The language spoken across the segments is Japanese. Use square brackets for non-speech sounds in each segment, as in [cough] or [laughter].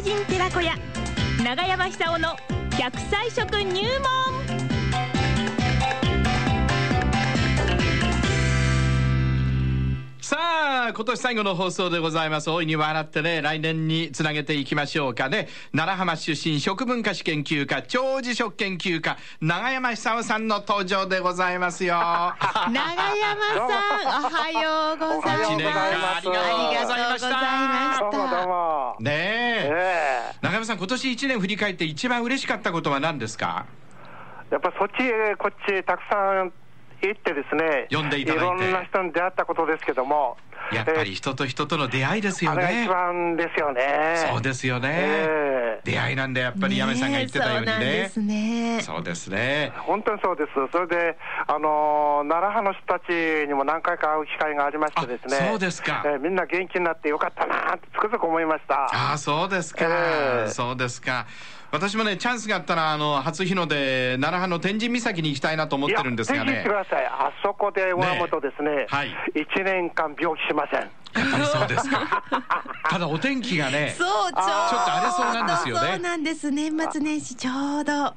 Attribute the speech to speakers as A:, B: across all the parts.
A: 人寺子屋長山久夫の100歳食入門
B: さあ、今年最後の放送でございます。大いに笑ってね、来年につなげていきましょうかね。奈良浜出身食文化史研究家、長寿食研究家、長山久夫さんの登場でございますよ。
C: 長山さん、おはようございます。
B: 一年間ありがとうございました。
C: どうもどう
B: も。ねえ。長山さん、今年一年振り返って一番嬉しかったことは何ですか
D: やっぱそっちこっちたくさん行ってですね、
B: 読んでい
D: ただいろんな人に出会ったことですけども、
B: やっぱり人と人との出会いですよね。
D: えー、一番ですよね。
B: そうですよね。えー、出会いなんでやっぱりやめさんが言ってたようにね。ね
C: そうね。
B: そうですね。
D: 本当にそうです。それであの奈良派の人たちにも何回か会う機会がありましてですね。
B: そうですか、
D: えー、みんな元気になってよかったなってつくづく思いました。
B: ああそうですか、えー、そうですか。私もね、チャンスがあったら、あの、初日の出、奈良派の天神岬に行きたいなと思ってるんですがね。
D: てください。あそこで親元ですね。ねはい。1年間病気しません。や
B: っぱりそうですか。ただお天気がね、
C: そう、ちょっと
B: 荒れそうなんですよね。
C: そうなんです。年末年始ちょうど、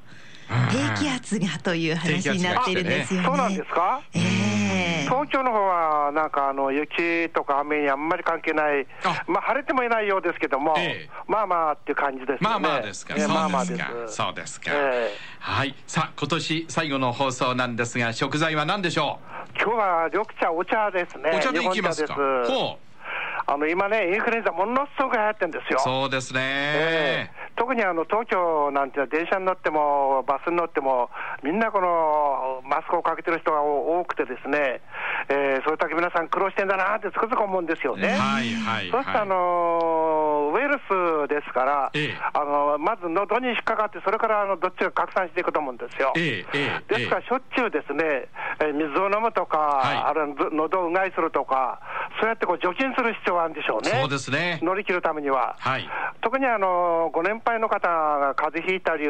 C: 低気圧がという話になっているんですよね。ね
D: そうなんですかええー、東京の方は、なんかあの、雪とか雨にあんまり関係ない、まあ晴れてもいないようですけども、えー、まあまあっていう感じですね。
B: まあまあですか。えー、まあまあですか。そうですか。えー、はい。さあ、今年最後の放送なんですが、食材は何でしょ
D: う今日は緑茶、お茶ですね。
B: お茶でいきますか。ほう。
D: あの今ね、インフルエンザ、ものすごく流行ってるんですよ。
B: そうですね、
D: えー、特にあの東京なんていうのは、電車に乗っても、バスに乗っても、みんなこのマスクをかけてる人が多くてですね、えー、それだけ皆さん苦労してんだなってつくづく思うんですよね。
B: はいはい
D: はい、そしてあのウイルスですから、ええ、あのまず喉に引っかかって、それからあのどっちが拡散していくと思うんですよ。
B: え、
D: ですから、しょっちゅうですね、え水を飲むとか、はい、ある喉をうがいするとか、そうやってこう除菌する必要があるんでしょうね、
B: そうですね
D: 乗り切るためには。
B: はい、
D: 特にあのご年配の方が風邪ひいたり、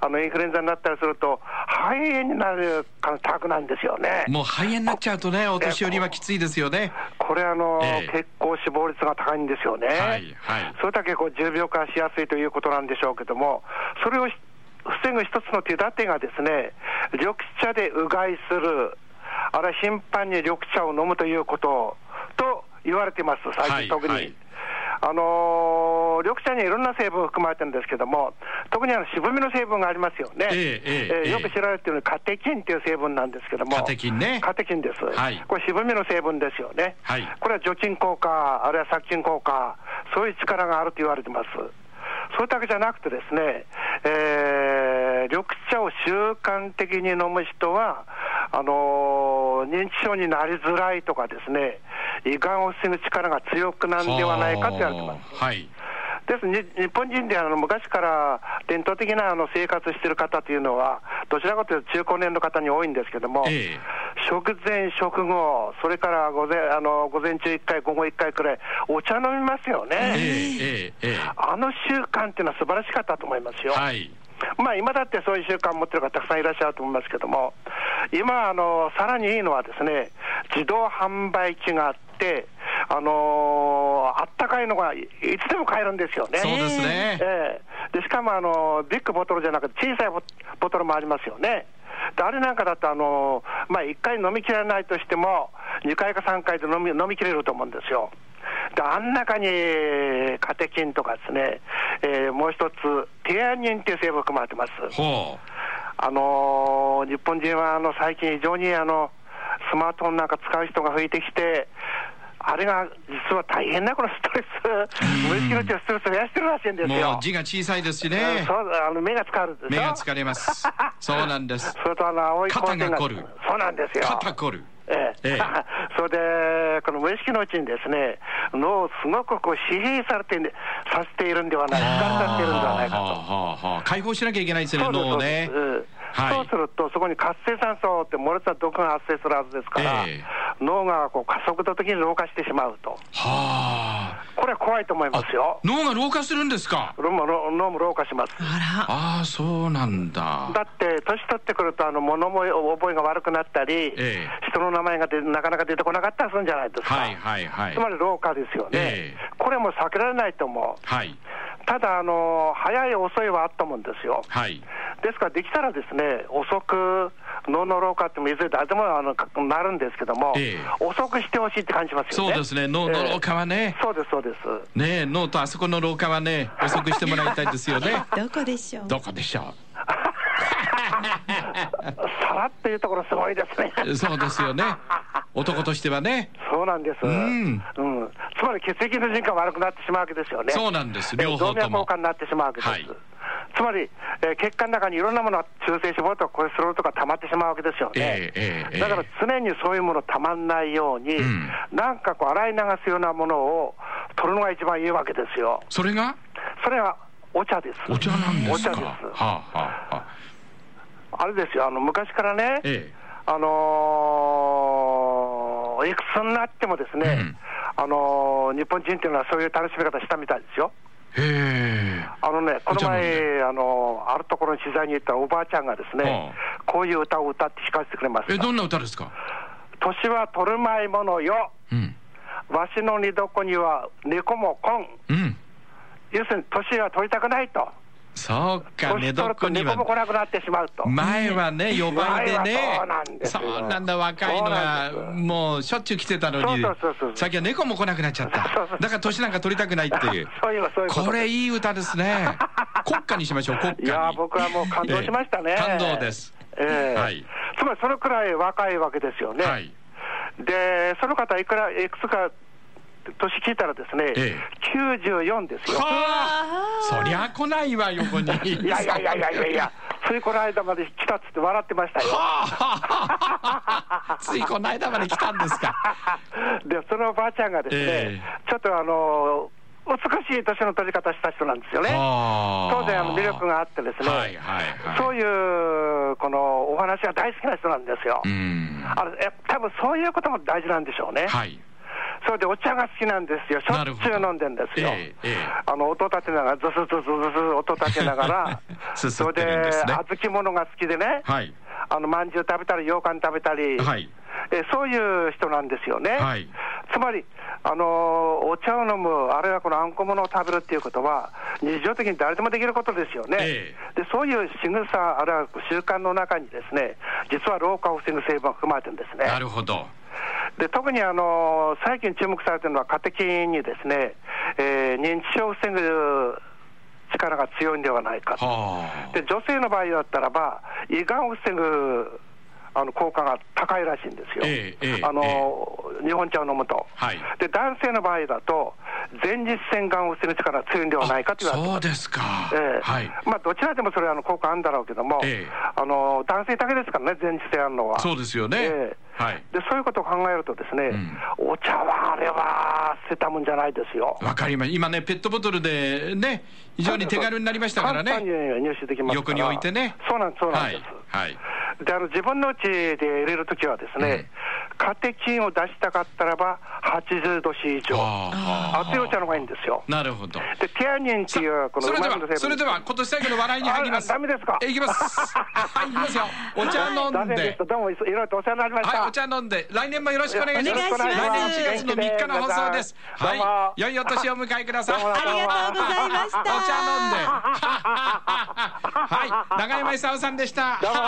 D: あのインフルエンザになったりすると、肺炎になるタグなんですよね。
B: もう肺炎になっちゃうとね、お年寄りはきついですよね。
D: これあの、えー、結構死亡率が高いんですよね。
B: はいはい、
D: それだけこう重病化しやすいということなんでしょうけども、それを防ぐ一つの手立てがですね、緑茶でうがいする、あるいは頻繁に緑茶を飲むということと言われてます、最近特に。はいはい、あのー、緑茶にはいろんな成分が含まれてるんですけども、特にあの渋みの成分がありますよね、
B: ええええ、
D: よく知られているカテキンという成分なんですけども、
B: カテキンね、
D: カテキンです、
B: はい、
D: これ、渋みの成分ですよね、
B: はい、
D: これは除菌効果、あるいは殺菌効果、そういう力があると言われてます。それだけじゃなくてですね、えー、緑茶を習慣的に飲む人は、あのー、認知症になりづらいとかですね、胃がんを防ぐ力が強くなんではないかと言われてます。
B: はい、
D: ですに日本人であの昔から伝統的なあの生活してる方というのは、どちらかというと中高年の方に多いんですけども、えー、食前、食後、それから午前あの午前中1回、午後1回くらい、お茶飲みますよね、
B: えーえー、
D: あの習慣っていうのは素晴らしかったと思いますよ。
B: はい
D: まあ、今だってそういう習慣を持ってる方、たくさんいらっしゃると思いますけども、今あの、さらにいいのはですね、自動販売機があって、あのー、あったかいのがいつでも買えるんですよね。
B: そうですね、
D: えー、でしかも、あのビッグボトルじゃなくて、小さいボトルもありますよね。であれなんかだと、あのー、まあ、1回飲みきらないとしても、2回か3回で飲み飲みきれると思うんですよ。で、あん中にカテキンとかですね、えー、もう一つ、テアニンっていう成分含まれてます。
B: ほう
D: あのー、日本人はあの最近、非常にあのスマートフォンなんか使う人が増えてきて、あれが実は大変なこのストレス、無意識のうちストレス増やしてるらしいんですよ。
B: もう字が小さいですしね。
D: うん、そうあの目が疲れる
B: 目が疲れます。
D: [laughs]
B: そうなんです。
D: それとあの青い
B: 肩が凝る。
D: そうなんですよ。
B: 肩凝る。
D: ええええ、 [laughs] それで、この無意識のうちにですね、脳をすごくこう疲弊されてさせているんではないか、疲れさせているんではないかと。は
B: あはあ、解放しなきゃいけないですね、脳をね。
D: はい、そうすると、そこに活性酸素って漏れた毒が発生するはずですから、えー、脳がこう加速度的に老化してしまうと。は
B: あ。
D: これは怖いと思いますよ。
B: 脳が老化するんですか
D: 脳も脳も老化します。
C: あ
B: あそうなんだ。
D: だって、年取ってくると、あの、物も覚えが悪くなったり、えー、人の名前がでなかなか出てこなかったりするんじゃないですか。
B: はいはいはい。
D: つまり老化ですよね。えー、これも避けられないと思う。
B: はい。
D: ただ、あの早い、遅いはあったもんですよ。
B: はい。
D: ですから、できたらですね、遅く、脳の老化ってもいずれ誰でもあのかなるんですけども、
B: ええ
D: 遅くしてほしいって感じますよ
B: そう
D: ね。
B: ですね。脳の老化はね
D: ええ。そうです、そうです。
B: ねえ、脳とあそこの老化はね、遅くしてもらいたいですよね。
D: [laughs]
C: どこでしょう。
B: どこでしょ
D: さらっていうところ、すごいですね。
B: う。そうですよね。男としてはね。
D: そうなんです、うんんつまり血液の循環悪くなってしまうわけですよね、
B: そうなんです
D: えー
B: 両方とも
D: 動脈硬化になってしまうわけです、
B: はい
D: つまり、えー血管の中にいろんなものが中性脂肪とかコレステロールとか溜まってしまうわけですよね
B: え、えええええ
D: だから常にそういうもの溜まんないように、
B: ん
D: なんかこう、洗い流すようなものを取るのが一番いいわけですよ、
B: それが
D: それはお茶です。
B: お茶なんですか。
D: お茶で
B: は
D: す
B: あ、はあはあ、
D: あれですよ、あの昔からね、
B: え
D: あのーいくつになってもですね、あのー日本人っていうのはそういう楽しみ方したみたいですよ。
B: え。へ
D: あのね、こ
B: お
D: の
B: 茶飲ん
D: 前、あのーあるところに取材に行ったらおばあちゃんがですね、こういう歌を歌って聞かせてくれまし
B: え。え、
D: た。
B: どんな歌ですか。
D: 年は取るまいものよ、
B: うん。
D: わしの寝床には猫もこん。
B: うん。
D: 要するに年は取りたくないと。
B: そうか、寝
D: 年取
B: 床
D: ると
B: に
D: 猫
B: は
D: も。来なくなってしまうと。
B: 前はね、呼ばれでね
D: 前はそうなん。です
B: そ
D: よ
B: うなんだ、若いの
D: そう
B: が、
D: なんで
B: もうしょっちゅう来てたのに
D: そうそうそうそ。う
B: 最近は猫も来なくなっちゃった
D: そうそう。
B: だから年なんか取りたくないっていう。
D: [laughs] そういうそういうこと
B: これ
D: い
B: いい歌です
D: [laughs]
B: ね。国歌にしましょう、国歌に。
D: やー僕はもう感動しましたね。
B: ええ [laughs] 感動です。
D: ええ
B: はい
D: つまりそのくらい若いわけですよね。
B: はい。
D: で、その方いくら、いくつか年聞いたらですね、
B: ええ
D: 94ですよ。
B: はあ。そりゃ来ないわ、横に。
D: いやいやいやいやいやいや、ついこの間まで来たっつって笑ってましたよ。
B: [laughs] ついこの間まで来たんですか。
D: で、そのおばあちゃんがですね、
B: え
D: ちょっとあの、美しい年の取り方した人なんですよね。当然あの魅力があってですね、
B: はいはいはい。
D: そういうこのお話が大好きな人なんですよ。
B: うん。
D: あのえ多分そういうことも大事なんでしょうね。
B: はい。
D: それでお茶が好きなんですよ。しょっ
B: なるほ
D: ちゅ
B: ど
D: う飲んでんですよ。
B: ええええ、
D: あの音立てながら、ずすずすずす音立てながら
B: [laughs] すすっ
D: そ
B: て
D: れで
B: るんですね
D: 小豆物が好きでね、
B: はい。
D: あのまんじゅう食べたり、羊羹食べたり、
B: はい。
D: えそういう人なんですよね。
B: はい
D: つまり、あのお茶を飲む、あるいはこのあんこものを食べるっていうことは、日常的に誰でもできることですよね。
B: え
D: でそういう仕草、あるいは習慣の中にですね、実は老化を防ぐ成分が含まれてるんですね。
B: なるほど。
D: で特にあの最近注目されてるのは、カテキンにですね、えー認知症を防ぐ力が強いんではないかと、
B: は
D: で女性の場合だったらば、胃がんを防ぐあの効果が高いらしいんですよ、
B: ええええ
D: あの日本茶を飲むと、
B: はい
D: で、男性の場合だと、前立腺がんを防ぐ力が強いんでは
B: あ。
D: ないかと言われて
B: そ
D: ま
B: う
D: す。
B: ですか。
D: ええ
B: はい。
D: まあ、どちらでもそれはあの効果あるんだろうけども、
B: ええ
D: あの男性だけですからね、前立腺あるのは。
B: そうですよね
D: え。え
B: はい。
D: でそういうことを考えると、ですね、お茶はあれは捨てたもんじゃないですよ。
B: わかりました。今ね、ペットボトルでね、非常に手軽になりましたから
D: 簡単
B: ね。
D: に入手できますから
B: 横に置いてね。
D: そうなんです、そうなん
B: は
D: で
B: い
D: す。。
B: はい。
D: であの自分の家で入れるときはですね、カテキンを出したかったらば、80度 C 以上、
B: あー
D: 熱いお茶の方がいいんですよ。
B: なるほど。
D: で、テアニンっていう、この
B: それで
D: うまみの
B: は、
D: 成分
B: それでは、今年最後の笑いに入ります。
D: あダメですか
B: えいきます。はい、いき
D: [laughs]
B: ますよ。お茶
D: ダ
B: 飲ん
D: メで
B: で
D: した、。どうもいろいろとお世話になりました。
B: はい、お茶飲んで、来年もよろしくお願いします。
C: お願いします
B: 来年1月の3日の放送です。
D: どうも
B: はい、良いお年をお迎えください。
D: どうも
C: ありがとうございました。
B: お茶飲んで。
D: [laughs]
B: はい、長山勲さんでした。
D: どうも